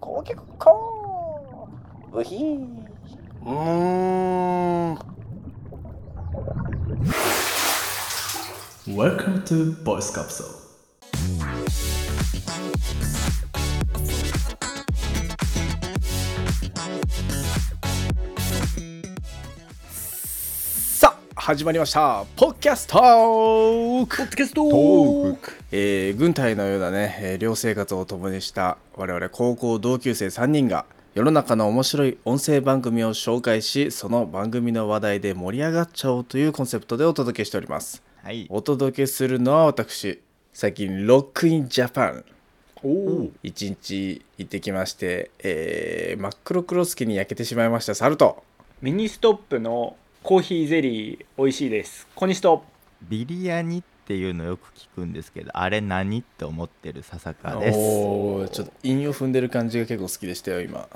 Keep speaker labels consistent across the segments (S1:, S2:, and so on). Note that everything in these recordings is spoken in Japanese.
S1: 大きくこうブヒー
S2: うーん
S3: Welcome to Voice Capsule.
S2: さあ始まりましたポッキャストーク
S4: ポッドキャスト
S2: トー
S4: ー
S2: ク、えー軍隊のようなね、えー寮生活を共にした我々高校同級生3人が世の中の面白い音声番組を紹介しその番組の話題で盛り上がっちゃおうというコンセプトでお届けしております
S4: はい。
S2: お届けするのは私最近ロックインジャパン
S4: おお。
S2: 一日行ってきまして、えー真っ黒クロスケに焼けてしまいましたサルト
S5: ミニストップのコーヒーゼリー美味しいです小西と
S4: ビリヤニっていうのよく聞くんですけど、あれ何って思ってる笹川です。
S2: おーちょっと韻を踏んでる感じが結構好きでしたよ 今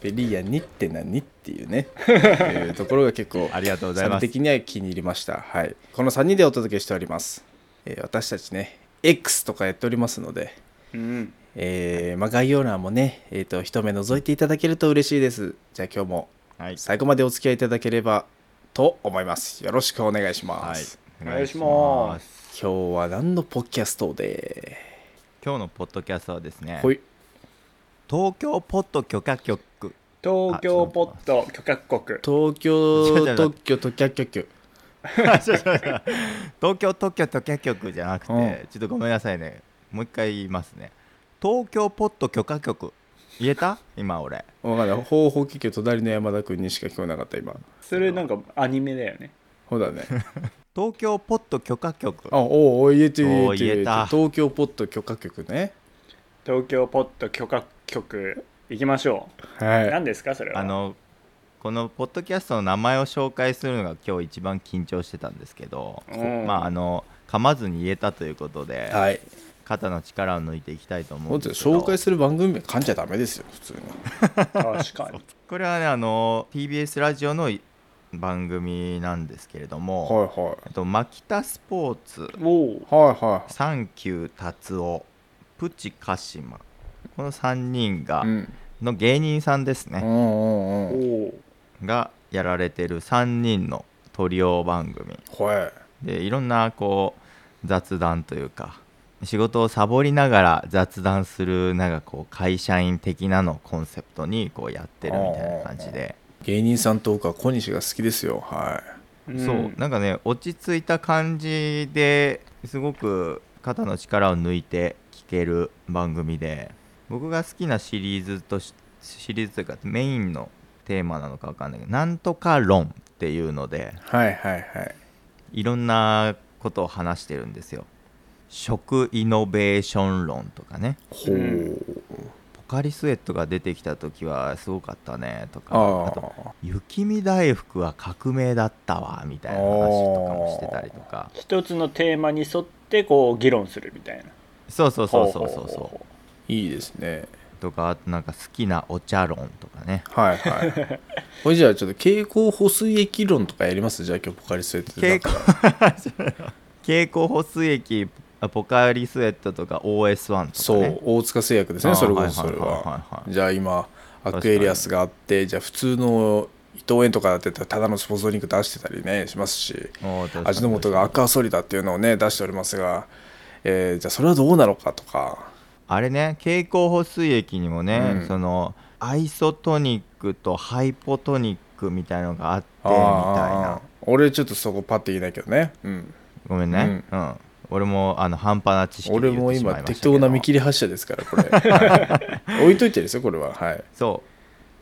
S2: ベリーヤにって何っていう ねいうところが結構
S4: ありがとうござい
S2: サル
S4: ます。
S2: 的には気に入りましたはいこの3人でお届けしております、えー私たちね X とかやっておりますので
S5: うん
S2: えーまあ、概要欄もね、えー、と一目覗いていただけると嬉しいですじゃあ今日も
S4: はい。
S2: 最後までお付き合いいただければと思いますよろしくお願いしま
S4: はい。
S2: す、。
S5: お願いします
S2: 今日は何のポッキャストで、
S4: 今日のポッドキャストはですね、
S2: ほい
S4: 東京ポッド許 可局。
S5: 東京ポッド許可国
S2: 東京
S4: 違う違う違う
S2: 特許特許特許
S4: 東京特許許可局じゃなくて、
S2: うん
S4: ちょっとごめんなさいね。もう一回言いますね。東京ポッド許可局。言えた今俺。
S2: 分かんない方法結局隣の山田君にしか聞こえなかった今
S5: それなんかアニメだよね
S2: そうだね
S4: 東京ポッド許可局。
S2: あおうおう言えてる言
S4: お
S2: え
S4: う
S2: てる
S4: 言えた
S2: 東京ポッド許可局ね
S5: 東京ポッド許可局行きましょう
S2: はい
S5: 何ですかそれは
S4: あのこのポッドキャストの名前を紹介するのが今日一番緊張してたんですけど、
S5: うん
S4: まああの噛まずに言えたということで、
S2: はい
S4: 肩の力を抜いていきたいと思う
S2: も
S4: ん
S2: っと
S4: ですけど
S2: 紹介する番組名噛んじゃダメですよ普通に
S5: 確かに
S4: これはねあの TBS ラジオの番組なんですけれども、
S2: はいはい
S4: えっとマキタスポーツ
S5: おおう
S2: はいは
S4: サンキュー達夫プチカシマこの3人が、
S2: いうん
S4: の芸人さんです
S2: う
S4: ね、
S2: んうん
S5: お
S2: うん
S5: う
S4: がやられてる3人のトリオ番組
S2: はい
S4: でいろんなこう雑談というか仕事をサボりながら雑談するなんかこう会社員的なのをコンセプトにこうやってるみたいな感じで、
S2: 芸人さんとか小西が好きですよは
S5: うん
S4: そうなんかね落ち着いた感じですごく肩の力を抜いて聴ける番組で僕が好きなシリーズとしシリーズというかメインのテーマなのかわかんないけど「なんとか論」っていうので
S2: いはいはいはい
S4: いろんなことを話してるんですよ食イノベーション論とかね
S2: ほ
S5: う
S2: う
S4: ポカリスエットが出てきた時はすごかったねとかあ
S2: あ
S4: と
S2: あ
S4: 雪見大福は革命だったわみたいな話とかもしてたりとか
S5: 一つのテーマに沿ってこう議論するみたいな
S4: そうそうそうそうそう
S5: ほ
S4: そう
S5: ほ
S2: いいですね
S4: とかあとなんか好きなお茶論とかね
S2: はいはい。これじゃあちょっと蛍光補水液論とかやりますじゃあ今日ポカリスエットで
S4: 蛍 光蛍光補水液あポカリスエットとか OS1 と
S2: そ
S4: か
S2: う、
S4: ね
S2: 大塚製薬です
S4: あ
S2: ね
S4: ー
S2: それこそそ
S4: はい
S2: れ
S4: はいはいはい
S2: は
S4: はい
S2: じゃあ今アクエリアスがあってじゃあ普通の伊藤園とかだってたらただのスポーツドリンク出してたりねしますし
S4: おー確かに
S2: 味の素がアクアソリダっていうのをね出しておりますが、えーじゃあそれはどうなのかとか
S4: あれね蛍光補水液にもね、
S2: うん
S4: そのアイソトニックとハイポトニックみたいのがあってみたい
S2: あ
S4: な
S2: ー俺ちょっとそこパッて言えないけどね、うん、
S4: ごめんね、うん俺もあの半端な知識で
S2: 俺
S4: 言っ
S2: も
S4: てしまい
S2: 今
S4: ましたけ
S2: 適
S4: ど
S2: 当な見切り発車ですから これはい置いといてですよこれははい
S4: そ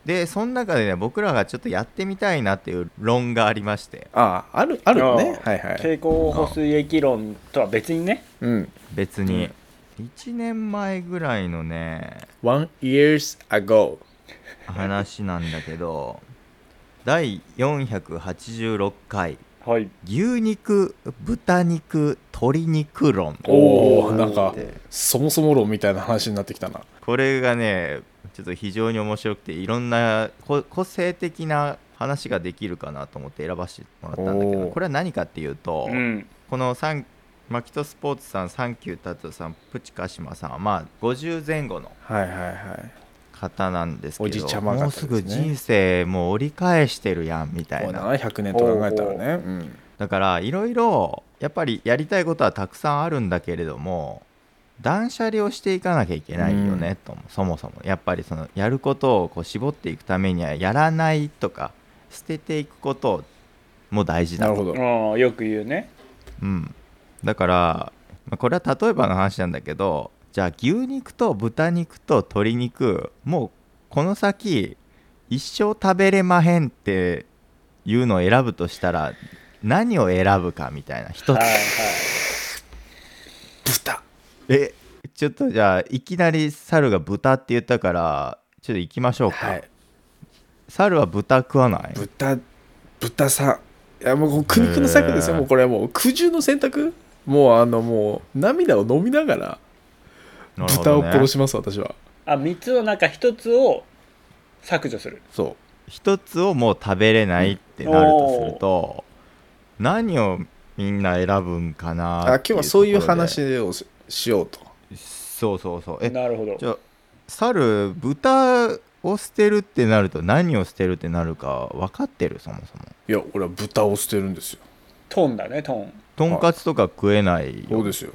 S4: うでその中でね僕らがちょっとやってみたいなっていう論がありまして
S2: あああるあるよね
S5: あー
S2: はいはい
S5: 蛍光補水液論とは別にね
S2: うん
S4: 別に、1年前ぐらいのね
S2: One years ago
S4: 話なんだけど 第486回
S5: はい
S4: 牛肉豚肉鶏肉論
S2: お
S5: お
S2: お
S5: ー
S2: なんかそもそも論みたいな話になってきたな
S4: これがねちょっと非常に面白くていろんなこ個性的な話ができるかなと思って選ばせてもらったんだけ
S2: お
S4: ど
S2: ー
S4: これは何かっていうと、
S5: うん
S4: この3マキトスポーツさんサンキュータツさんプチカシマさんはまあ50前後の
S2: はいはいはい
S4: 方なんですけど
S2: おじちゃま方
S4: も
S2: で
S4: う
S2: す
S4: す
S2: ね
S4: ぐ人生もう折り返してるやんみた
S2: こ
S4: いう
S2: だ
S4: な
S2: な100年と考えたらねうん
S4: だからいろいろやっぱりやりたいことはたくさんあるんだけれども断捨離をしていかなきゃいけないよね、
S2: うん
S4: ともそもそもやっぱりそのやることをこう絞っていくためにはやらないとか捨てていくことも大事だ
S2: な
S4: と
S2: るほど
S5: うんよく言うね
S4: うん、だから、まあこれは例えばの話なんだけどじゃあ牛肉と豚肉と鶏肉もうこの先一生食べれまへんっていうのを選ぶとしたら何を選ぶかみたいな一つ
S5: はいはい
S2: 豚
S4: えちょっとじゃあいきなり猿が豚って言ったからちょっと行きましょうか、
S2: はい
S4: 猿は豚食わない
S2: 豚豚さんいやもうこう苦肉の策ですよ、
S4: えー
S2: もうこれはもう苦渋の選択もうあのもう涙を飲みながら
S4: なるほ
S2: 豚
S4: ど
S2: を
S4: ね
S2: 殺します、私は
S5: あ3つの中1つを削除する
S2: そ
S4: 一つをもう食べれないってなるとすると何をみんな選ぶんか
S2: う
S4: な
S2: あ今
S4: って
S2: 日はそういう
S4: ところで
S2: 話をししようと
S4: そうそうそうえ
S5: なるほど
S4: じゃあ猿豚を捨てるってなると何を捨てるってなるか分かってるそもそも
S2: いや俺は豚を捨てるんですよ
S5: トンだねトン
S4: とんかつとか食えないよ
S2: そうですよ、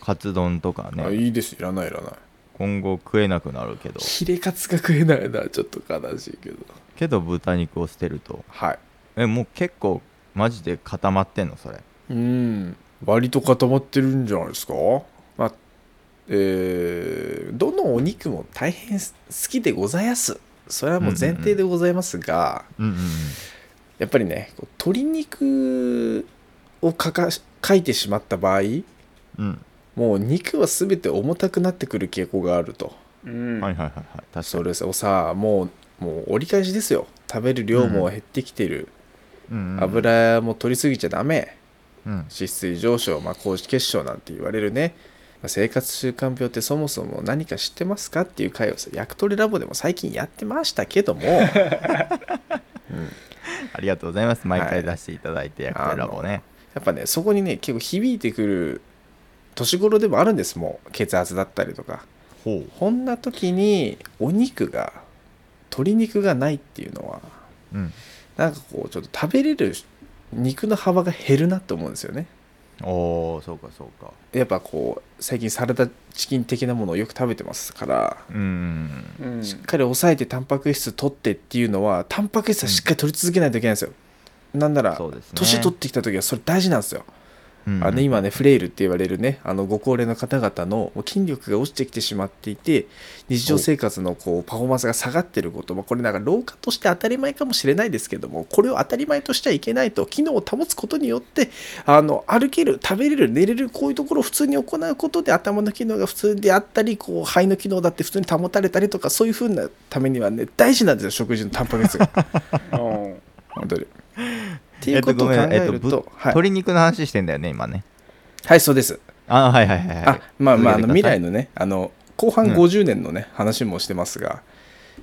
S4: カツ丼とか
S2: あ
S4: ね
S2: いいですいらないいらない
S4: 今後食えなくなるけど
S2: ヒレカツが食えないなちょっと悲しいけど
S4: けど豚肉を捨てると
S2: はい
S4: えもう結構マジで固まってんのそれ
S2: うん割と固まってるんじゃないですかまあえーどのお肉も大変好きでございますそれはもう前提でございますが、
S4: うんうんうん
S2: やっぱりねこう鶏肉をかかかいてしまった場合
S4: うん、
S2: もう肉は全て重たくなってくる傾向があると
S5: うん、
S4: はいはいはいはい確かに
S2: それをさもうもう折り返しですよ食べる量も減ってきてる、
S4: うんうん
S2: 油も取りすぎちゃダメ、
S4: うん
S2: 脂質異常症、まあ、高脂血症なんて言われるね、まあ生活習慣病ってそもそも何か知ってますかっていう回をさ薬トレラボでも最近やってましたけど もや
S4: ありがとうございます。毎回出していただいて、
S2: い
S4: ヤクルトラボね。
S2: っぱねそこにね結構響いてくる年頃でもあるんですもう血圧だったりとか
S4: ほう。
S2: こんな時にお肉が鶏肉がないっていうのは
S4: うん。
S2: なんかこうちょっと食べれる肉の幅が減るなって思うんですよね
S4: おお、そうかそうか。
S2: やっぱこう最近サラダチキン的なものをよく食べてますから
S4: うん。
S5: うん、
S2: しっかり抑えてタンパク質取ってっていうのはタンパク質はしっかり取り続けないといけないんですよ、なんなら
S4: そうですね
S2: 年取ってきた時はそれ大事なんですよ、
S4: うん
S2: あの、今ねフレイルって言われるねあのご高齢の方々のもう筋力が落ちてきてしまっていて日常生活のこうパフォーマンスが下がってること、まあ、これなんか老化として当たり前かもしれないですけどもこれを当たり前としちゃいけないと機能を保つことによってあの歩ける食べれる寝れるこういうところを普通に行うことで頭の機能が普通であったりこう肺の機能だって普通に保たれたりとかそういうふうなためにはね大事なんですよ食事のタンパク質 が
S5: うん
S2: 本当に。ってい
S4: え
S2: う
S4: っ、
S2: ことと
S4: ご
S2: を考
S4: めん、
S2: え
S4: えっと、
S2: る
S4: ぶ
S2: と、はい、
S4: 鶏肉の話してんだよね、今ね。
S2: はい、そうです。
S4: あはいはいはいはい。
S2: あまあまああの
S4: 続
S2: 未
S4: けてくださ
S2: 来
S4: い
S2: のねあの後半
S4: うん
S2: 50年のね、話もしてますが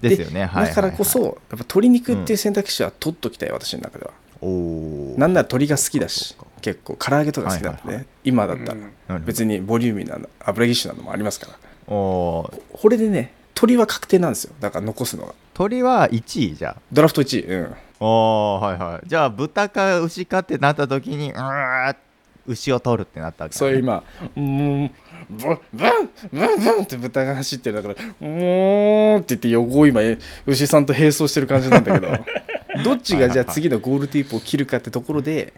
S4: ですよね。はいはいはい。
S2: だからこそ、。やっぱ鶏肉っていう選択肢は取っときたい、私の中では
S4: おお。
S2: なんなら鶏が好きだし
S4: そうかそうか
S2: 結構唐揚げとか好きなんでね、
S4: はいはいは
S2: 今だったら、
S5: うん
S4: なるほど
S2: 別にボリューミーなの油ぎっしゅなのもありますから
S4: おー
S2: これでね鶏は確定なんですよだから残すのが
S4: 鳥は1位じゃ
S2: ドラフト1位うん
S4: あ。おーはいはい。じゃあ、豚か牛かってなった時に、うー牛を取るってなったわけ、ね。
S2: そういう今「うーんブンブンブンブン」って豚が走ってるだから「うーん」って言って横を今牛さんと並走してる感じなんだけど どっちがじゃあ次のゴールテープを切るかってところで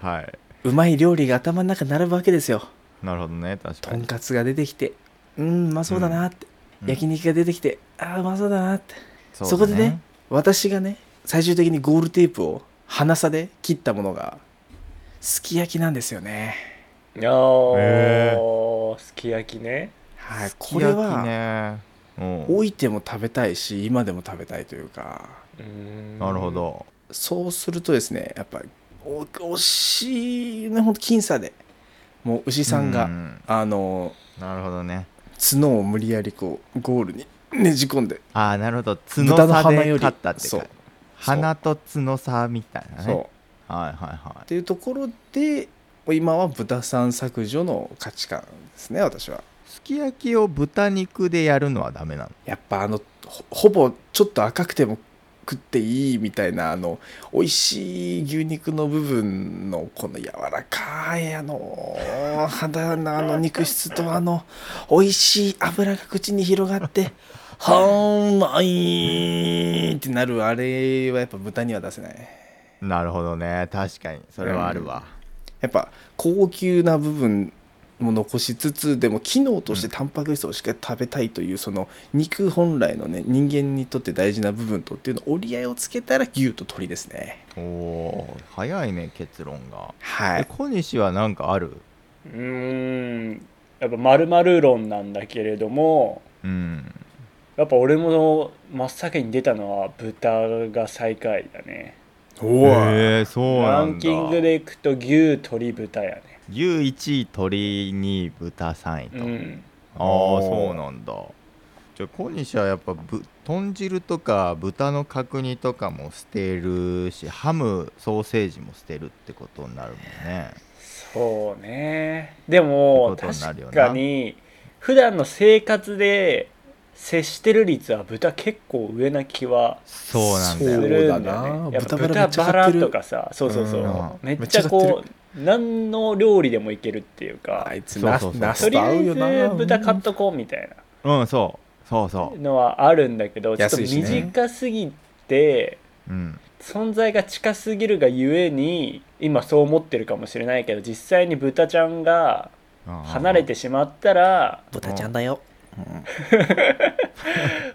S4: はい。
S2: うまい料理が頭の中に並ぶわけですよ
S4: なるほどね、確か
S2: とん
S4: に。
S2: かつが出てきて「うんうまそうだな」って、焼肉が出てきて「ああうまそうだな」ってそ,、
S4: う
S2: こ
S4: だ
S2: でね。私がね最終的にゴールテープを鼻差で切ったものがすき焼きなんですよね
S5: いやー、
S4: へ
S5: すき焼きね
S2: はいこ
S4: こ
S2: れ
S4: れ
S2: は、
S4: は、うん
S2: 置いても食べたいし今でも食べたいというか
S5: うん
S4: なるほど。
S2: そうするとですねやっぱお惜しいねほんと僅差でもう牛さんが、
S4: ううん
S2: あの
S4: なるほどね。
S2: 角を無理やりこうゴールに ねじ込んで
S4: ああ、なるほど。角
S2: 豚の
S4: 差
S2: 鼻
S4: で
S2: より
S4: 勝ったって
S2: そ
S4: か
S2: う
S4: 鼻と角差みたいなね。
S2: そう
S4: はいはいは
S2: っていうところで今は豚さん削除の価値観ですね私は
S4: すき焼きを豚肉でやるのはダメなの
S2: やっぱあのほほぼちょっと赤くても食っていいみたいなあの美味しい牛肉の部分のこの柔らかいあの肌のあの肉質とあの美味しい脂が口に広がって「はーんまい!」ってなるあれはやっぱ豚には出せない
S4: なるほどね確かにそれはあるわ、
S2: やっぱ高級な部分も残しつつでも機能としてタンパク質をしっかり食べたいという、その肉本来のね人間にとって大事な部分とっていうのを折り合いをつけたら牛と鶏ですね
S4: おおー早いね結論が、
S2: は
S4: え
S2: い
S4: 小西は何かある
S5: うーんやっぱまる論なんだけれども
S4: うん
S5: やっぱ俺も真っ先に出たのは豚が最下位だね
S2: お
S4: へえそうな
S5: ラ
S4: んだ
S5: ンキングでいくと牛鶏豚やね
S4: 牛1位鳥2位豚3位
S5: う
S4: と、
S5: ん
S4: ああ
S2: おー
S4: そうなんだじゃあ小西はやっぱぶ豚汁とか豚の角煮とかも捨てるしハムソーセージも捨てるってことになるもんね
S5: そうねでも
S4: ってことになるよ
S5: 確
S4: な
S5: かに普段の生活で接してる率は豚結構上な気は
S4: そうなん
S5: す
S4: だよ
S5: る
S2: そ
S5: ん
S2: う
S5: だ
S2: だ
S5: よ
S2: な
S5: ねやっ
S2: 豚
S5: ぱ
S2: バラめっ
S5: 豚
S2: ちゃ買
S5: バ
S2: っ
S5: ラ
S2: てる
S5: とかさそうそうそう
S2: うん
S5: めっちゃ
S2: めっちゃ買
S5: こ
S2: っ
S5: う何の料理でもいけるっていうか
S2: あいつな
S4: そうそうそう
S2: ナ
S5: と
S2: ス
S5: り
S2: と
S5: あ
S2: 合
S5: え
S2: う
S5: ず
S2: よな
S5: 豚買っとこうみたい
S4: うんそうそうそ
S5: なのはあるんだけどちょっと
S2: 安いしね
S5: 短すぎて
S4: ううん
S5: 存在が近すぎるがゆえに今そう思ってるかもしれないけど実際に豚ちゃんが離れてしまったら
S1: 豚ちゃんだよ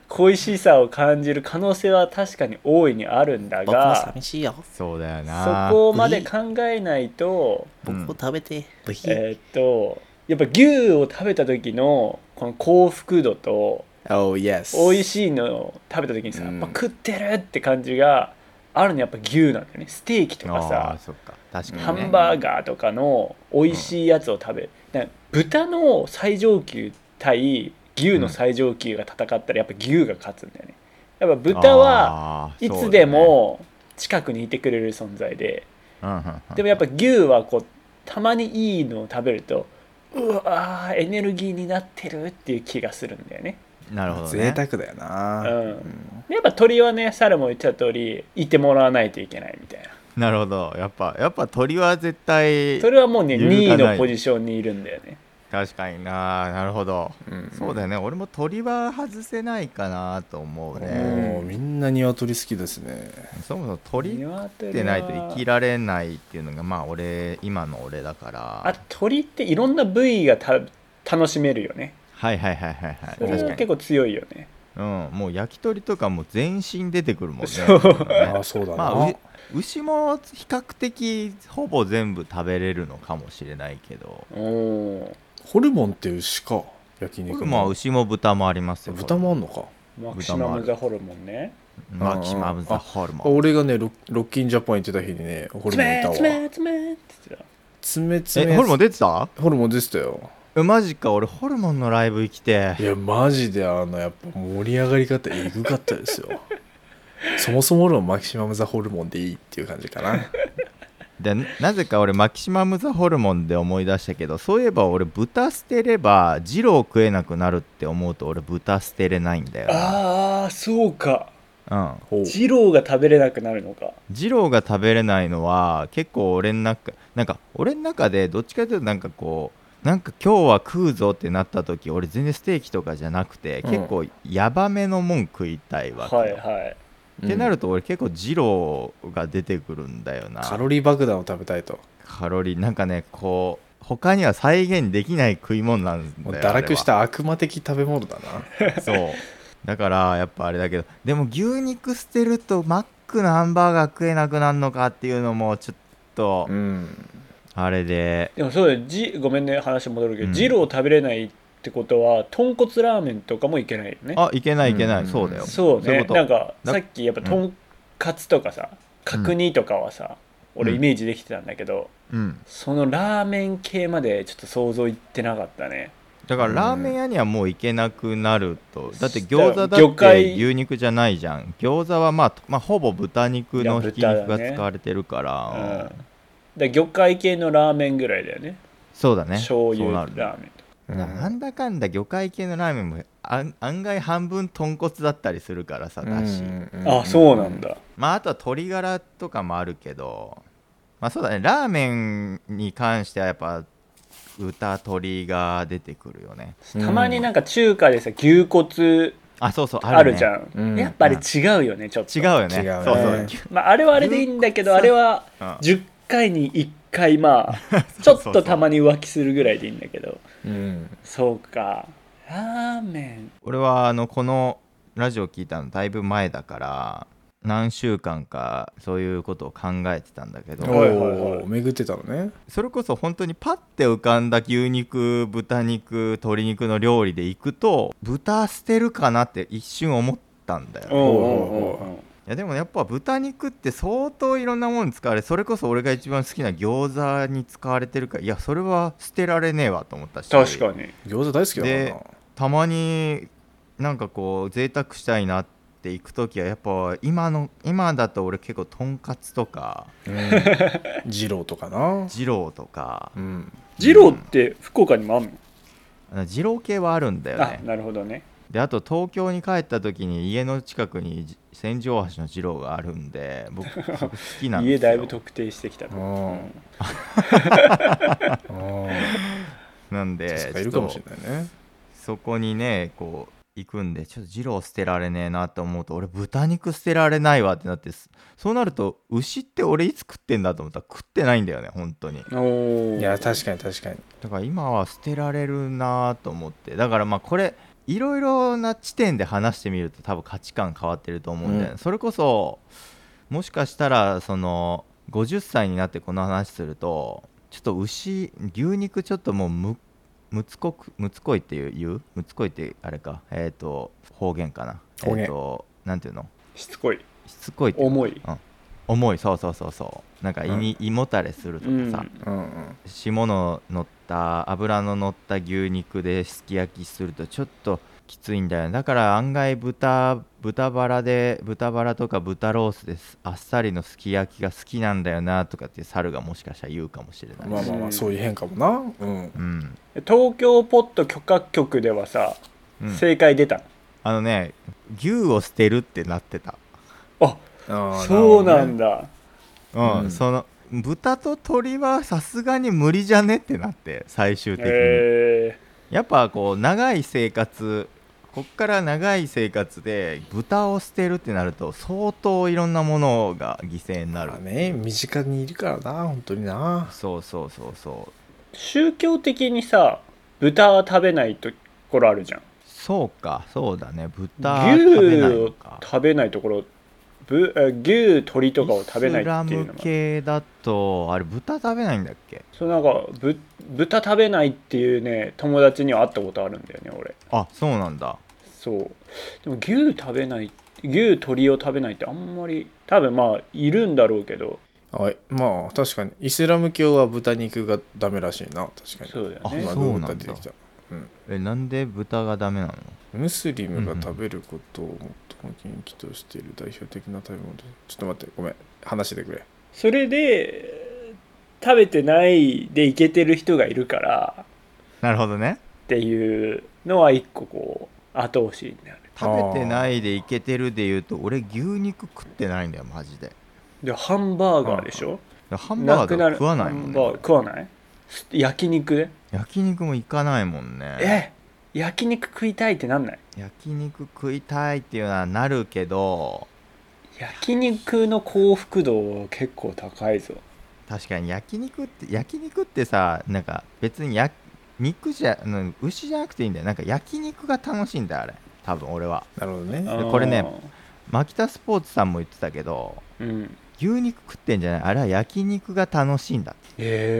S5: 恋しさを感じる可能性は確かに大いにあるんだ
S1: 僕も
S5: が
S1: 寂しいよ
S4: そうだよな
S5: そこまで考えないと
S1: 僕も食べてブヒ
S5: えーっとやっぱ牛を食べた時のこの幸福度と
S2: Oh yes
S5: 美味
S2: い
S5: しいのを食べた時にさ、
S2: うん
S5: やっぱ食ってるって感じがあるのやっぱ牛なんだよねステーキとか
S4: あ
S5: さ
S4: あそっか確かに、ね、
S5: ハンバー
S4: グ
S5: ガーとかの美味しいやつを食べる、だから豚の最上級対牛の最上級が戦ったらやっぱ牛が勝つんだよねやっぱ豚は
S4: はい
S5: いつで、も近くにいてくれる存在で、
S4: そうだよねうんうんうん
S5: でもやっぱ牛はこうたまにいいのを食べるとうわーエネルギーになってるっていう気がするんだよね、
S4: なるほど、
S2: 贅
S4: ね、
S2: 沢だよな
S5: うんでやっぱ鳥はね猿も言ってた通りいてもらわないといけないみたいな
S4: なるほどやっぱやっぱ鳥は絶対
S5: それはもうね
S4: 揺るが
S5: 2位
S4: な
S5: の
S4: い
S5: ポジションにいるんだよね
S4: 確かにななるほど、
S2: うん
S4: そうだよね俺も鳥は外せないかなと思うね、
S2: もうみんな鶏好きですね
S4: そもそも鳥っ
S5: 鶏
S4: てないと生き
S5: る
S4: られないっていうのがまあ俺今の俺だから
S5: あ鳥っていろんな部位がた楽しめるよね
S4: はいはいはいはいはい
S5: それは
S4: 確か
S5: 結
S4: に、
S5: 構強いよね
S4: うん、もう焼き鳥とかもう全身出てくるもんね
S5: そう
S2: ああそうだな、
S4: まあ、う牛も比較的ほぼ全部食べれるのかもしれないけど
S5: おお
S2: ホルモンって牛か焼肉の
S4: まあ牛も豚もありますよ
S2: 豚もあんのか
S5: マキシマムザホルモンね
S4: マキシマムザホルモン
S2: 俺がねロロッキンジャパン行ってた日にねホルモンい
S5: 爪
S2: たわ
S5: 爪爪って言って
S2: 爪爪
S4: えホルモン出てた
S2: ホルモンでしたよ
S4: えマジか俺ホルモンのライブ行きて
S2: いやマジであのやっぱ盛り上がり方えぐかったですよそもそも俺もマキシマムザホルモンでいいっていう感じかな
S4: でなぜか俺マキシマムザホルモンで思い出したけどそういえば俺豚捨てれば二郎食えなくなるって思うと俺豚捨てれないんだよ
S5: たああそうか
S4: な、う
S2: ほ
S4: ん、
S2: う
S5: 二郎が食べれなくなるのか
S4: 二郎が食べれないのは結構俺の中なんか俺の中でどっちかというとなんかこうなんか今日は食うぞってなった時俺全然ステーキとかじゃなくて、
S2: うん
S4: 結構ヤバめのもん食いたいわけよ、
S5: はいはい
S4: ってなると俺結構二郎が出てくるんだよな
S2: カロリー爆弾を食べたいと
S4: カロリーなんかねこう他には再現できない食い物なんだ
S2: もう
S4: よ
S2: 堕落し
S4: あ
S2: た悪魔的食べ物だな
S4: れはそうだからやっぱあれだけどでも牛肉捨てるとマックのハンバーガー食えなくなるのかっていうのもちょっと
S2: うん
S4: あれで
S5: でもそうだよじごめんね話戻るけど、
S4: うん
S5: 二郎食べれないってことは豚骨ラーメンとかもいけないよね
S4: あいけないいけな
S2: う
S4: い
S2: ん
S4: そうだよ
S5: そう
S4: いう
S5: ね
S4: こと
S5: なんか
S4: な
S5: さっきやっぱとんかつとかさ角煮とかはさ、俺
S4: うん
S5: イメージできてたんだけど、
S4: うん
S5: そのラーメン系までちょっと想像いってなかったね
S4: だからラーメン屋にはもう行けなくなるとだって餃子だ
S5: 魚
S4: っ
S5: 介
S4: て牛肉じゃないじゃん餃子はまあ、まあ、ほぼ豚肉のひき肉が使われてるから、
S5: うんら魚介系のラーメンぐらいだよね
S4: そうだね
S5: 醤油
S4: そうな
S5: ラーメ
S4: るね
S5: ンとか
S2: うん
S4: なんだかんだ魚介系のラーメンもあん案外半分豚骨だったりするからさだし、
S5: あそうなんだ
S4: まああとは鶏ガラとかもあるけどまあそうだねラーメンに関してはやっぱ豚鶏が出てくるよね
S2: うん
S5: たまになんか中華でさ牛骨
S4: あそうそうあ
S5: ある
S4: る,、ね、
S5: じゃん、
S2: うん
S5: やっぱあれ違うよねちょっと
S4: 違うよね
S2: 違うね
S4: そうそう、
S2: うん
S5: まあ、あれはあれでいいんだけどあれは
S4: うん
S5: 10回に1回まあち
S4: そ
S5: ょ
S4: う
S5: っ
S4: そうそう
S5: とたまに浮気するぐらいでいいんだけど
S2: うん
S5: そうかラーメン
S4: 俺はあのこのラジオ聞いたのだいぶ前だから何週間かそういうことを考えてたんだけ
S2: お
S4: ど
S5: はいはいはい
S2: お巡ってたのね
S4: それこそ本当にパッて浮かんだ牛肉豚肉鶏肉の料理でいくと豚捨てるかなって一瞬思ったんだよ、
S5: う
S4: い
S5: んう
S2: おう
S5: ん
S2: おう
S5: うんうん
S4: やでもやっぱ豚肉って相当いろんなものに使われそれこそ俺が一番好きな餃子に使われてるからいやそれは捨てられねえわと思ったし
S5: 確かに
S2: 餃子大好きだから
S4: でたまになんかこう贅沢したいなって行く時はやっぱ今の今だと俺結構とんかつとか
S2: なうん二郎とか な
S4: 二郎とか
S2: うん
S5: 二郎って福岡にもあんの、
S4: あの二郎系はあるんだよ
S5: あ
S4: ね
S5: なるほどね
S4: であと東京に帰った時に家の近くにじ千住大橋の二郎があるんで僕すごく好 きなんですよ
S5: 家だいぶ特定してきた
S2: う
S5: と
S2: んうん
S4: なん
S2: 確
S4: で
S2: かいるかもしれないね
S4: そこにねこう行くんでちょっと二郎捨てられねえなと思うと俺豚肉捨てられないわってなってすそうなると牛って俺いつ食ってんだと思ったら食ってないんだよね本当に
S5: おお
S2: いや確かに確かに
S4: だから今は捨てられるなと思ってだからまあこれいろいろな地点で話してみると多分価値観変わってると思うんだよね、
S2: うん
S4: それこそもしかしたらその50歳になってこの話するとちょっと牛牛肉ちょっともうむむつこくむつこいっていう言うむつこいってあれかえっ、と方言かな
S2: 方言
S4: えーとなんていうの
S5: しつこい
S4: しつこいっていうの
S5: 重い
S4: 重いそうそうそうそうなんか胃に、胃もたれするとかさ、
S2: うんうん
S4: 霜の乗った油の乗った牛肉ですき焼きするとちょっときついんだよねだから案外豚豚バラで豚バラとか豚ロースですあっさりのすき焼きが好きなんだよなとかって猿がもしかしたら言うかもしれない、
S2: まあまあまあそういう変化もなうん
S4: うん、
S5: 東京ポット許可局ではさ、
S4: うん
S5: 正解出た
S4: あのね牛を捨てるってなってた
S5: あ
S2: あー
S5: そうな
S2: る
S5: んだ
S4: うん、
S2: うん
S4: その豚と鳥はさすがに無理じゃねってなって最終的に、
S5: え
S4: やっぱこう長い生活こっから長い生活で豚を捨てるってなると相当いろんなものが犠牲にな
S2: ほど
S4: る、
S2: ねまあね身近にいるからな本当にな
S4: そうそうそうそう
S5: ー宗教的にさ豚は食べないところあるじゃん
S4: そうかそうだね豚
S5: 牛
S4: 食べないの
S5: を
S4: か
S5: 食べないところぶえ牛鶏とかを食べないっていうの
S4: イスラム
S5: が
S4: 系だとあれ豚食べないんだっけ
S5: そうなんかぶ豚食べないっていうね友達には会ったことあるんだよね俺
S4: あそうなんだ
S5: そうでも牛食べない牛鶏を食べないってあんまり多分まあいるんだろうけど
S2: はいまあ確かにイスラム教は豚肉がダメらしいな確かに
S5: そうだよ
S4: あ
S5: ね
S2: 今
S4: そうなんだ
S2: グー出てきた
S4: えなんで豚がダメなの
S2: ムスリムが食べることを最も禁忌としている代表的な食べ物でちょっと待ってごめん話してくれ
S5: それで食べてないでいけてる人がいるから
S4: なるほどね
S5: っていうのは一個こう後押しになる
S4: 食べてないでいけてるでいうと俺牛肉食ってないんだよマジで
S5: でハンバーガーでしょ
S4: ハンバー
S5: な
S4: ガー食わないもん
S5: ハンバーガー
S4: ね
S5: 食わないす焼肉で
S4: 焼肉も行かないもんね
S5: え焼肉食いたいってなんない
S4: 焼肉食いたいっていうのはなるけど
S5: 焼肉の幸福度結構高いぞ
S4: 確かに焼肉って焼肉ってさなんか別にや肉じゃうん牛じゃなくていいんだよなんか焼肉が楽しいんだよあれ多分俺は
S2: なるほどね
S5: あー
S4: これねマキタスポーツさんも言ってたけど
S5: うん
S4: 牛肉食ってんじゃないあれは焼肉が楽しいんだっ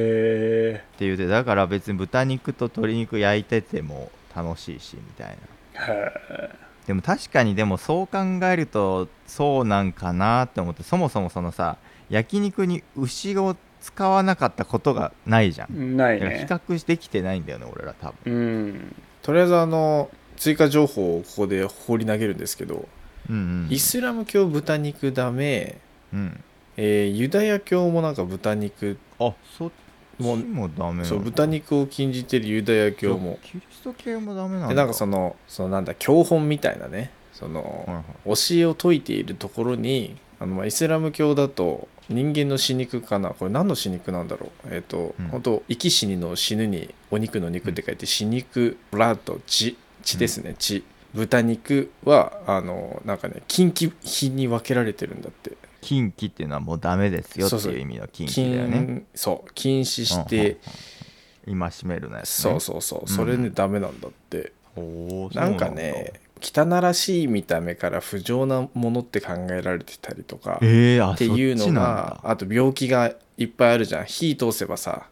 S5: へ
S4: て言うてだから別に豚肉と鶏肉焼いてても楽しいしみたいな
S5: えへ
S4: でも確かにでもそう考えるとそうなんかなって思ってそもそもそのさ焼肉に牛を使わなかったことがないじゃん、
S5: えない
S4: だから比
S5: ね
S4: 較できてないんだよね俺ら多分
S5: うん
S2: とりあえずあの追加情報をここで放り投げるんですけど、
S4: うんうん
S2: イスラム教豚肉ダメ
S4: うん
S2: えーユダヤ教もなんか豚肉
S4: あそっち
S2: も
S4: もダメなの
S2: そう豚肉を禁じてるユダヤ教も
S4: キリスト系もダメなの
S2: でなんかそのそのなんだ教本みたいなねそ
S4: はい
S2: の
S4: はい
S2: 教えを説いているところにあのまあイスラム教だと人間の死肉かなこれ何の死肉なんだろうえっ、と、
S4: うん
S2: 本当生き死にの死ぬにお肉の肉って書いて死肉ブラッド血血ですね、血豚肉はあのなんかね近畿品に分けられてるんだって
S4: 禁忌っていうのはもうダメですよっ
S2: そ
S4: て
S2: うそう
S4: いう意味の禁忌だよね
S2: 禁そう禁止して、
S4: 今しめるのやつ、ね、
S2: そうそうそうそれね、
S4: うん
S2: ダメなんだって
S4: おーそう
S2: なんかね汚らしい見た目から不浄なものって考えられてたりとかっ
S4: えー、あ
S2: ていう
S4: そ
S2: の
S4: っちなん
S2: があと病気がいっぱいあるじゃん火通せばさ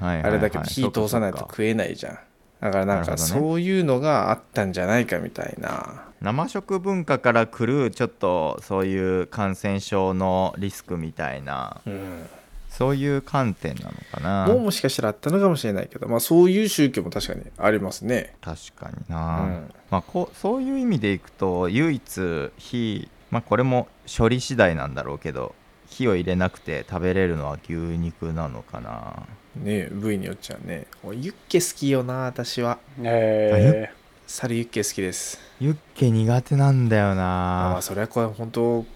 S4: だはいはい
S2: あ
S4: は
S2: れ
S4: い
S2: だけど火通さないと
S4: そっかそっか
S2: 食えないじゃんだからなん
S4: な
S2: か
S4: るほどね
S2: そういうのがあったんじゃないかみたいな
S4: 生食文化から来るちょっとそういう感染症のリスクみたいな
S2: うん
S4: そういう観点なのかな
S2: もうもしかしたらあったのかもしれないけどまあそういう宗教も確かにありますね
S4: 確かに
S2: う
S4: な、
S2: ん
S4: まあ、こうそういう意味でいくと唯一火、まあ、これも処理次第なんだろうけど火を入れなくて食べれるのは牛肉なのかな
S2: ね部位によっちゃねユッケ好きよな私は
S5: え
S2: 猿ユッケ好きです
S4: ユッケ苦手なんだよ
S2: あまあ
S4: な
S2: それはこれ本当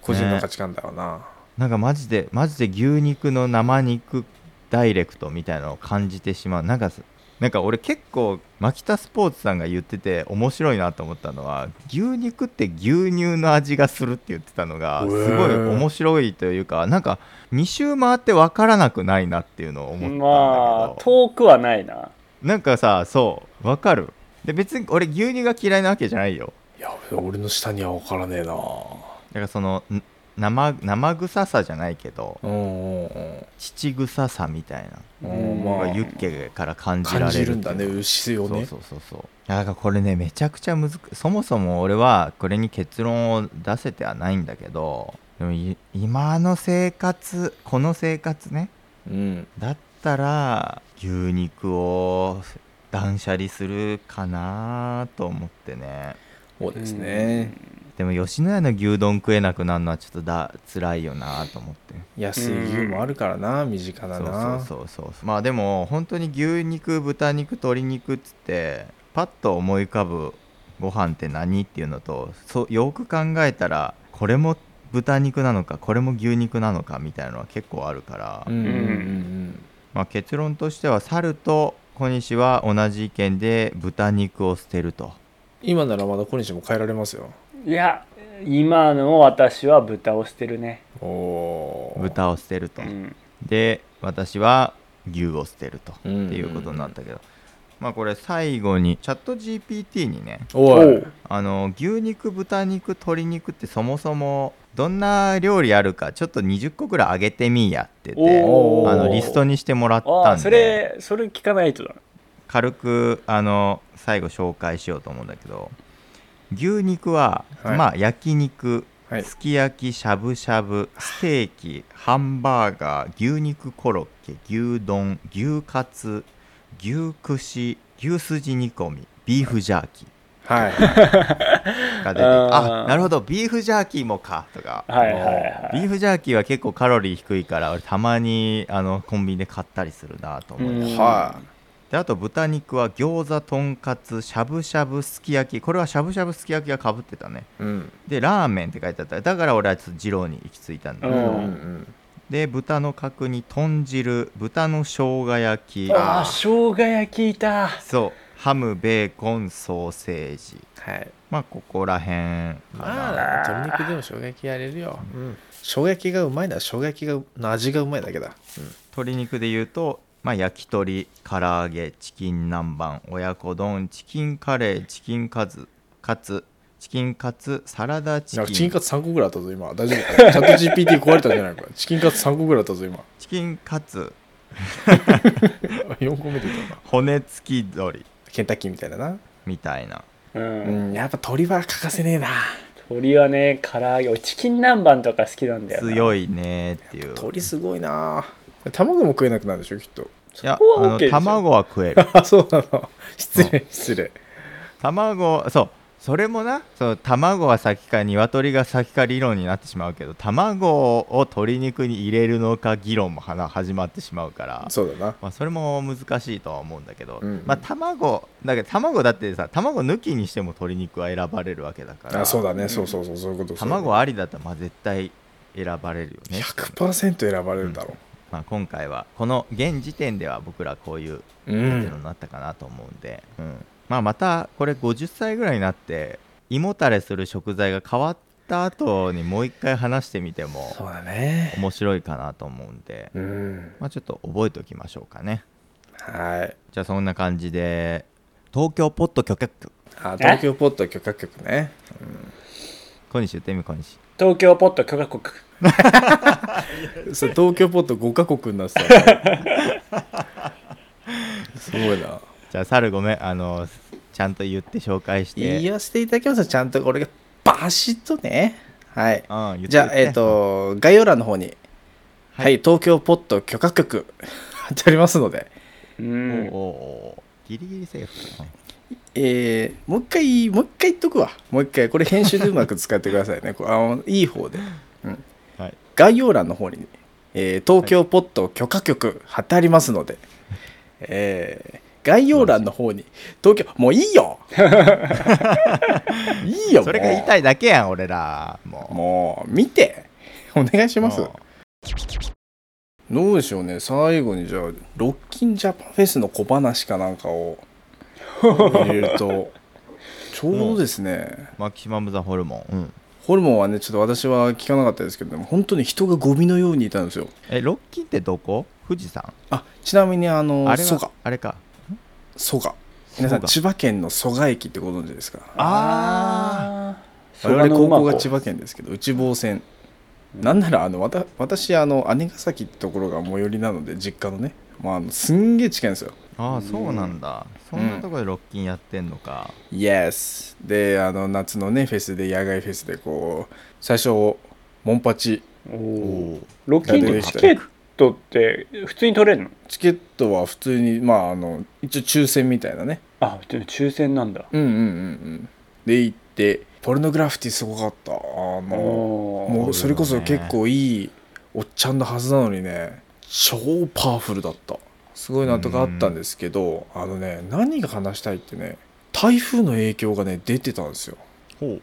S2: 個人の価値観だろうな、
S4: なんかマジでマジで牛肉の生肉ダイレクトみたいなのを感じてしまうなんかすなんか俺結構マキタスポーツさんが言ってて面白いなと思ったのは牛肉って牛乳の味がするって言ってたのが
S2: うえ
S4: すごい面白いというかなんか2周回って分からなくないなっていうのを思ったんだけど、
S5: まあ遠くはないな
S4: なんかさそう分かるで別に俺牛乳が嫌いなわけじゃないよ
S2: いや俺の下には分からねえな
S4: だからそのん生生臭さじゃないけど
S2: うんうんうん
S4: 乳臭さみたいな
S2: うんまあ
S4: がユッケから感じられる
S2: 感じるんだね牛
S4: そ
S2: を
S4: う
S2: ね
S4: そうそうそういやだからこれねめちゃくちゃ難くそもそも俺はこれに結論を出せてはないんだけどでもい今の生活この生活ね
S2: うん
S4: だったら牛肉を断捨離するかなと思ってね
S2: そうですね、
S4: でも吉野家の牛丼食えなくなるのはちょっとだ辛いよなと思って
S2: 安い牛もあるからな、身近だな
S4: そうそうそうそうまあでも本当に牛肉豚肉鶏肉っつってパッと思い浮かぶご飯って何っていうのとそうよく考えたらこれも豚肉なのかこれも牛肉なのかみたいなのは結構あるから、
S2: うんうんうんうん
S4: まあ、結論としては猿と小西は同じ意見で豚肉を捨てると
S2: 今ならまだ小西も変えられますよ
S5: いや今の私は豚を捨てるね、
S2: おお
S4: 豚を捨てると、
S5: うん、
S4: で私は牛を捨てると、
S2: うんうんうん
S4: っていうことになったけどまあこれ最後にチャット GPT にね
S2: おい
S5: おう
S4: あの牛肉豚肉鶏肉ってそもそもどんな料理あるかちょっと20個ぐらいあげてみーやってて
S5: お
S2: ー
S4: あのリストにしてもらっ
S5: あ
S4: た
S5: あ
S4: ん
S5: そ
S4: で
S5: れそれ聞かないとだ
S4: 軽くあの最後紹介しようと思うんだけど牛肉は、
S2: はい
S4: まあ焼肉
S2: はい
S4: すき焼きしゃぶしゃぶステーキハンバーガー牛肉コロッケ牛丼牛カツ牛串牛すじ煮込みビーフジャーキー
S2: はい
S5: あ
S4: が出て
S5: ー
S4: あなるほどビーフジャーキーもかとか
S5: はいはいはい
S4: ビーフジャーキーは結構カロリー低いから俺たまにあのコンビニで買ったりするなと思いながら
S5: うん
S2: は
S4: であと豚肉は餃子とんかつしゃぶしゃぶすき焼きこれはしゃぶしゃぶすき焼きがかぶってたね
S2: いうん
S4: でラーメンって書いてあっただから俺はちょっと二郎に行き着いたんだ
S2: う
S5: うん
S2: う
S5: ん
S2: んうん
S4: で豚の角煮豚汁豚の生姜焼き
S5: ああ生姜焼きいた
S4: そうハムベーコンソーセージ
S2: はい
S4: まあここら辺
S2: まあ鶏肉でも生姜焼きやれるよ、うん、生姜焼きがうまいな生姜焼きがの味がうまいだけだ、
S4: 鶏肉で言うと、まあ、焼き鳥唐揚げチキン南蛮親子丼チキンカレーチキンカツカツチキンカツサラダチ
S2: なんか
S4: キン
S2: チキンカツ3個ぐらいあったぞ今大丈夫かチャット GPT 壊れたんじゃないのかチキンカツ3個ぐらいあったぞ今
S4: チキンカツ
S2: 4個目出たな
S4: 骨付き鶏
S2: ケンタッキーみたいだな
S4: みたいな
S5: う
S2: うんんやっぱ鳥は欠かせねえな
S5: 鶏はね唐揚げ俺チキン南蛮とか好きなんだよな
S4: 強いねっていう
S2: 鳥すごいな卵も食えなくなるでしょきっと
S4: いや
S5: こは
S4: あの
S5: OK でしょ
S4: 卵は食える
S2: あそうなの失礼失礼
S4: 卵そうそれもなそう卵は先か鶏が先か理論になってしまうけど卵を鶏肉に入れるのか議論もはな始まってしまうから
S2: そうだな
S4: まあ、それも難しいとは思うんだけど、
S2: うんうん
S4: まあ、卵だけど卵だってさ卵抜きにしても鶏肉は選ばれるわけだから
S2: あそうだね、そうそうそうそういうこと
S4: 卵ありだったらまあ絶対選ばれるよね、
S2: 100%選ばれるだろ
S4: まあ、今回はこの現時点では僕らこういう
S2: う、う
S4: 結論になったかなと思うんで、うんまあ、またこれ50歳ぐらいになって胃もたれする食材が変わった後にもう一回話してみても
S2: そうだね
S4: 面白いかなと思うんで、
S2: うん
S4: まあ、ちょっと覚えておきましょうかね。
S2: はい
S4: じゃあそんな感じで東京ポッド許可局
S2: あ東京ポッド許可局ね
S4: 小西言ってみ小西
S5: 東京ポット許可国
S2: そう東京ポッド5カ国になってた からすごいな
S4: じゃあ猿ごめんあのちゃんと言って紹介して
S2: 言わせていただきますよちゃんとこれがバシッとねはい
S4: うん、言って
S2: じゃあえっ、
S4: 言て
S2: と概要欄の方に
S4: は
S2: はいい、東京ポッド許可局 貼っておりますので
S5: う
S4: おー
S5: ん
S4: おーギリギリセーフ、う
S2: えーもう一回もう一回言っとくわもう一回これ編集でうまく使ってください ねこうあのいい方で、うん
S4: はい
S2: 概要欄の方に、えー東京ポッド許可局貼ってありますので、えー概要欄の方に東京もういい よいいよ
S4: ん、それが言いたいだけやん俺らもう
S2: もう見てお願いします
S4: うん
S2: どうでしょうね最後にじゃあロッキンジャパンフェスの小話かなんかを入れるとちょうどですね
S4: マキシマム・ザ・ホルモン、うん、
S2: ホルモンはねちょっと私は聞かなかったですけどでも本当に人がゴミのようにいたんですよ
S4: えロッキーってどこ富士山
S2: あちなみにあの
S4: あれ
S2: 蘇
S4: は
S2: 我
S4: あれか
S2: 蘇我皆さん
S4: 蘇
S2: 千葉県の蘇我駅ってご存知ですか
S4: あ
S5: ー
S2: 我々高校
S5: 蘇我
S2: が
S5: の馬
S2: 千葉県ですけど内房線なんならあのわた私あの姉ヶ崎ってところが最寄りなので実家のね、まあ、あのすんげえ近いんですよ
S4: ああそうなんだ、そんなとこでロッキンやってんのか、
S2: イエスであの夏のねフェスで野外フェスでこう最初モンパチ
S5: お
S4: お
S5: お
S4: ー
S5: ロッキンでチケットって普通に取れるの
S2: チケットは普通にまああの一応抽選みたいなね
S5: あ普通に抽選なんだ
S2: うんうんうんうんで行ってポルノグラフィティすごかったあの
S5: お
S2: もうそれこそ結構いいおっちゃんのはずなのにね超パワフルだったすごいなとかあったんですけど、あのね何が話したいってね台風の影響がね出てたんですよ
S4: ほう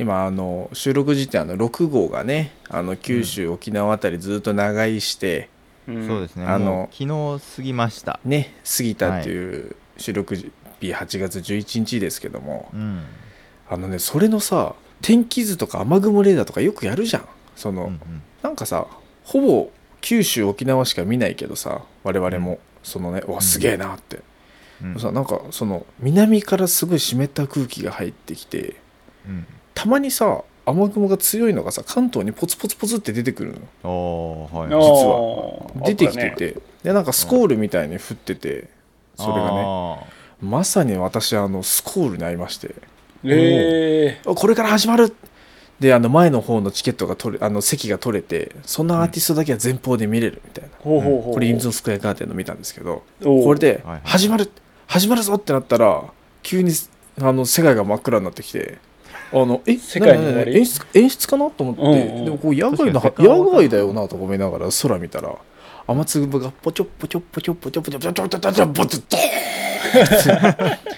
S2: 今あの収録時点あの6号がねあの九州、沖縄あたりずっと長居して
S4: そうですね
S2: あの
S4: もう昨日過ぎました
S2: ね過ぎたっていう収録日8月11日ですけども、
S4: うん
S2: あのねそれのさ天気図とか雨雲レーダーとかよくやるじゃんその、
S4: うんうん
S2: なんかさほぼ九州沖縄しか見ないけどさ我々も、そのねうわすげえなって、
S4: うん
S2: さなんかその南からすごい湿った空気が入ってきて
S4: うん
S2: たまにさ雨雲が強いのがさ関東にポツポツポツって出てくるの
S4: おーはい
S5: 実は
S2: 出てきてて、でなんかスコールみたいに降っててそれがね
S4: ね
S2: まさに私あのスコールに会いまして
S5: え
S2: あこれから始まるであの前の方のチケットが取れあの席が取れてそのアーティストだけは前方で見れるみたいな、
S5: ほうほうほう
S2: これインズンスクエアガーデンの見たんですけど
S5: おう
S2: これで
S4: はいはい
S2: 始まる始まるぞってなったら急にあの世界が真っ暗になってきてあのえ
S5: 世界の終
S2: なになに
S5: わり
S2: なに演出演出かなと思って、
S5: うんうん
S2: でもこう野外の
S4: 確かに世界は
S2: 野外だよなとか思いながら空見たら雨粒がポチョポチョポチョポチョポチョポチョポチョポチョポチョポチョドーンって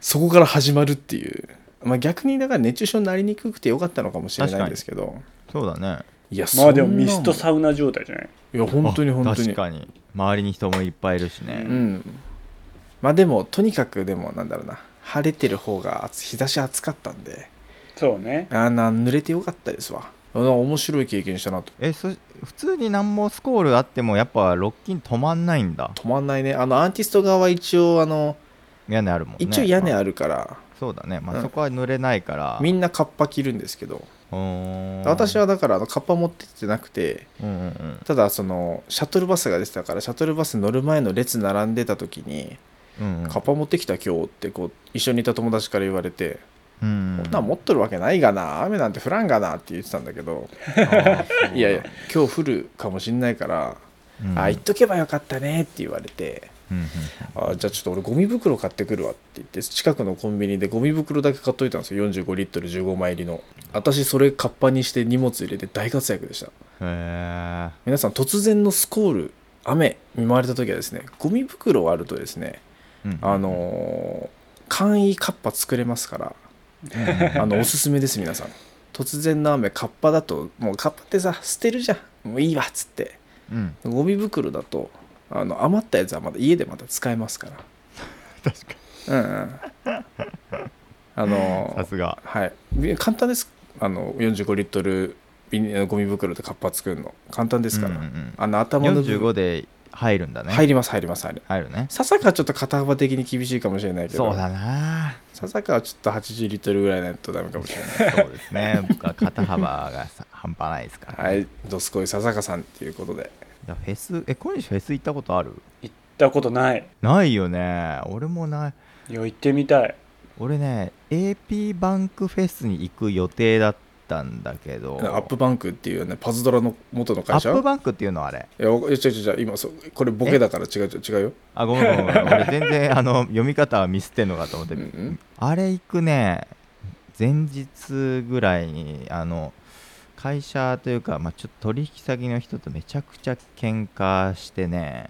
S2: そこから始まるっていう、まあ、逆にだから熱中症になりにくくてよかったのかもしれないんですけど
S4: そうだね
S2: いや
S5: まあでも
S2: そんな
S5: ミストサウナ状態じゃない
S2: いや本当に
S4: あ
S2: 本当に
S4: 確かに周りに人もいっぱいいるし
S2: う
S4: ね、
S2: んまあでもとにかくでもなんだろうな晴れてる方が暑日差し暑かったんで
S5: そうね
S2: あーな濡れてよかったですわあの面白い経験したなと
S4: えそ普通に何もスコールあってもやっぱロッキン止まんないんだ
S2: 止まんないねあのアーティスト側は一応あの
S4: 屋根あるもんね
S2: 一応屋根
S4: まあ
S2: あるから、
S4: そうだね、ま
S2: う
S4: あ、
S2: ん
S4: そこは濡れないから、
S2: みんなカッパ着るんですけど
S4: うーん
S2: 私はだからあのカッパ持ってってなくて
S4: うんうんうん
S2: ただそのシャトルバスが出てたからシャトルバス乗る前の列並んでた時に
S4: うんう
S2: 「
S4: ん
S2: カッパ持ってきた今日」ってこう一緒にいた友達から言われて
S4: うん
S2: 「
S4: うん
S2: こんなん持っとるわけないがな雨なんて降らんがな」って言ってたんだけど
S4: あーそう
S2: いやいや今日降るかもしんないから、
S4: うん
S2: あ言っとけばよかったねって言われて、
S4: うんうん
S2: あじゃあちょっと俺ゴミ袋買ってくるわって言って近くのコンビニでゴミ袋だけ買っといたんですよ45リットル15枚入りの私それカッパにして荷物入れて大活躍でした
S4: へ
S2: 皆さん突然のスコール雨見舞われた時はですねゴミ袋があるとですね
S4: えうん
S2: あのー簡易カッパ作れます からあのおすすめです皆さん突然の雨カッパだともうカッパってさ捨てるじゃんもういいわっつって
S4: うん
S2: ゴミ袋だとあの余ったやつはまだ家でまた使えますから
S4: 確か
S2: うんうんあの
S4: さすが
S2: はいび簡単ですあの45リットル瓶ゴミ袋でカッパ作るの簡単ですから、
S4: うんうんうん
S2: あの頭の部分
S4: 45で入るんだね
S2: 入ります入ります入り
S4: 入るね
S2: 笹川はちょっと肩幅的に厳しいかもしれないけ
S4: そ
S2: ど
S4: うだな
S2: 笹川はちょっと80リットルぐらいないとダメかもしれない
S4: そうですね僕は肩幅がさ半端ないですから、
S2: はいどすこい笹川さんっていうことで
S4: いやフェスえ小西フェス行ったことある
S5: 行ったことない
S4: ないよね俺もない
S5: いや行ってみたい
S4: 俺ね AP バンクフェスに行く予定だったんだけど
S2: アップバンクっていうねパズドラの元の
S4: ア
S2: 会社
S4: ップバンクっていうのはあれ
S2: いやおいや違う違う違う今そうこれボケだから違う違う違うよ
S4: あごめんごめんごめん俺全然あの読み方はミスってんのかと思って、
S2: うんうん
S4: あれ行くね前日ぐらいにあの会社というか、まあ、ちょっと取引先の人とめちゃくちゃ喧嘩し てね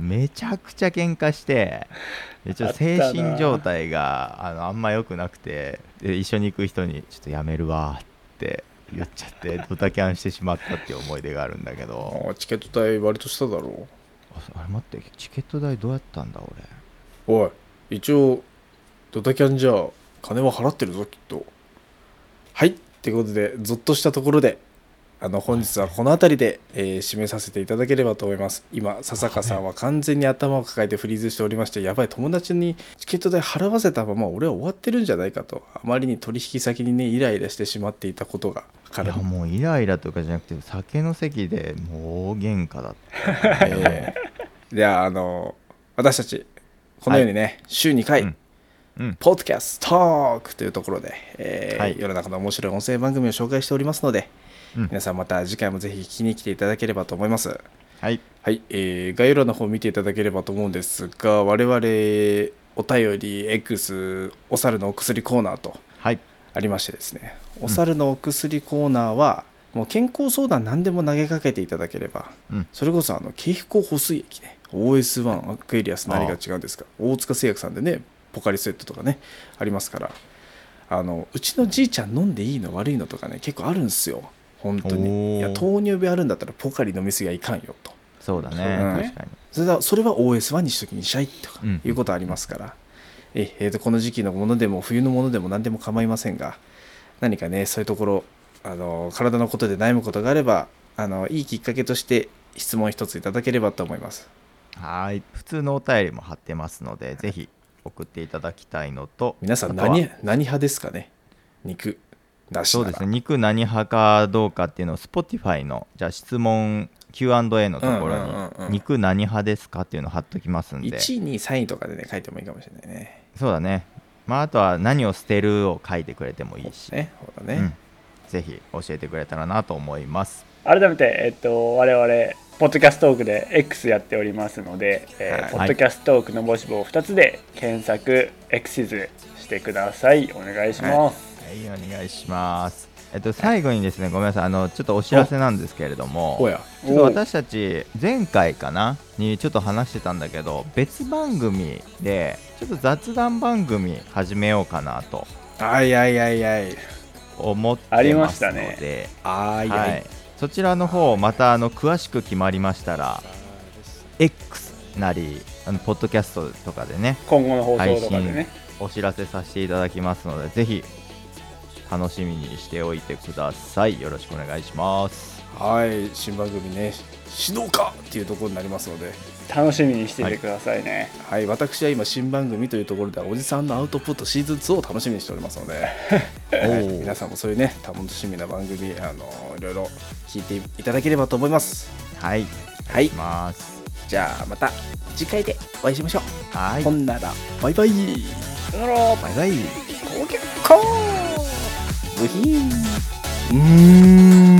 S4: めちゃくちゃ喧嘩してでちょっと精神状態があのあんま良くなくてで一緒に行く人に「ちょっとやめるわ」って言っちゃってドタキャンしてしまったっていう思い出があるんだけ
S2: あ
S4: ど
S2: ーチケット代割としただろ
S4: ああれ待ってチケット代どうやったんだ俺
S2: うおい一応ドタキャンじゃあ金は払ってるぞきっとはいってことでゾッとしたところであの本日はこの辺りで、えー締めさせていただければと思います今笹香さんは完全に頭を抱えてフリーズしておりましてやばい友達にチケット代払わせたまま俺は終わってるんじゃないかとあまりに取引先にねイライラしてしまっていたことが
S4: い
S2: 彼
S4: や
S2: の
S4: もうイライラとかじゃなくて酒の席でもう大喧嘩だった
S2: えーではあの私たちこのようにね、週2回、
S4: うんうん
S2: ポッドキャストトークというところで、えー
S4: はい
S2: 世の中の面白い音声番組を紹介しておりますので、
S4: うん
S2: 皆さんまた次回もぜひ聞きに来ていただければと思います
S4: はい
S2: はい、えー概要欄の方見ていただければと思うんですが我々お便り X お猿のお薬コーナーと
S4: はい
S2: ありましてですねお猿のお薬コーナーは、もう健康相談何でも投げかけていただければ、
S4: うん
S2: それこそあの経皮補水液ね OS1 アクエリアス何が違うんですか大塚製薬さんでねポカリスエットとかねありますからあのうちのじいちゃん飲んでいいの悪いのとかね結構あるんですよ本当に
S4: おー
S2: いや糖尿病あるんだったらポカリ飲みすぎはいかんよと
S4: そうだね
S2: そう
S4: 確
S2: ね
S4: かに
S2: それだそれは OS1 にしときにしゃいとか
S4: うん
S2: いうことありますから、ええーとこの時期のものでも冬のものでも何でも構いませんが何かねそういうところあの体のことで悩むことがあればあのいいきっかけとして質問一ついただければと思います
S4: はい普通のお便りも貼ってますのでぜひ送っていただきたいのと
S2: 皆さん
S4: あとは
S2: 何何派ですかね肉なし
S4: そう
S2: な
S4: です
S2: ら
S4: ね肉何派かどうかっていうのを Spotify のじゃあ質問 Q&A のところ
S2: うんうんうんう
S4: に
S2: ん
S4: 肉何派ですかっていうのを貼っときますんで
S2: 1位2位3位とかでね書いてもいいかもしれないね
S4: そうだねまああとは何を捨てるを書いてくれてもいいし
S2: ねほら
S4: う
S2: ね、
S4: んぜひ教えてくれたらなと思います
S5: 改めて、えっと、我々ポッドキャストトークで X やっておりますので、えー
S2: はい
S5: ポッドキャストトークのぼし棒2つで検索 X ズしてくださいお願いします、
S4: はい、お願いします。えっと、最後にですね、ごめんなさい、あの、ちょっとお知らせなんですけれども。
S2: おや
S4: ちょっと私たち、前回かな、にちょっと話してたんだけど、別番組で、ちょっと雑談番組始めようかなと
S2: あいあいあいあい
S4: 思ってますので。
S5: ありましたね
S2: あいあ、
S4: はいい、そちらの方またあの詳しく決まりましたら X なりあのポッドキャストとかでね
S5: 今後の放
S4: 配
S5: 送とかで
S4: 信
S5: ね
S4: お知らせさせていただきますのでぜひ楽しみにしておいてくださいよろしくお願いします
S2: はい、新番組ね、指導かっていうところになりますので、
S5: 楽しみにしていてくださいね、
S2: はい、私は今、新番組というところでは、おじさんのアウトプットシーズン2を楽しみにしておりますので、はい 皆さんもそういうね、楽しみな番組、あのいろいろ聞いていただければと思います。
S4: はい
S2: はい
S4: し、ます
S2: じゃあまた次回でお会いしましょう。
S4: はい
S2: ほんなら、バイバイ。
S5: なるほど
S4: バイバイ
S2: 高結果ブヒーン。
S4: うーん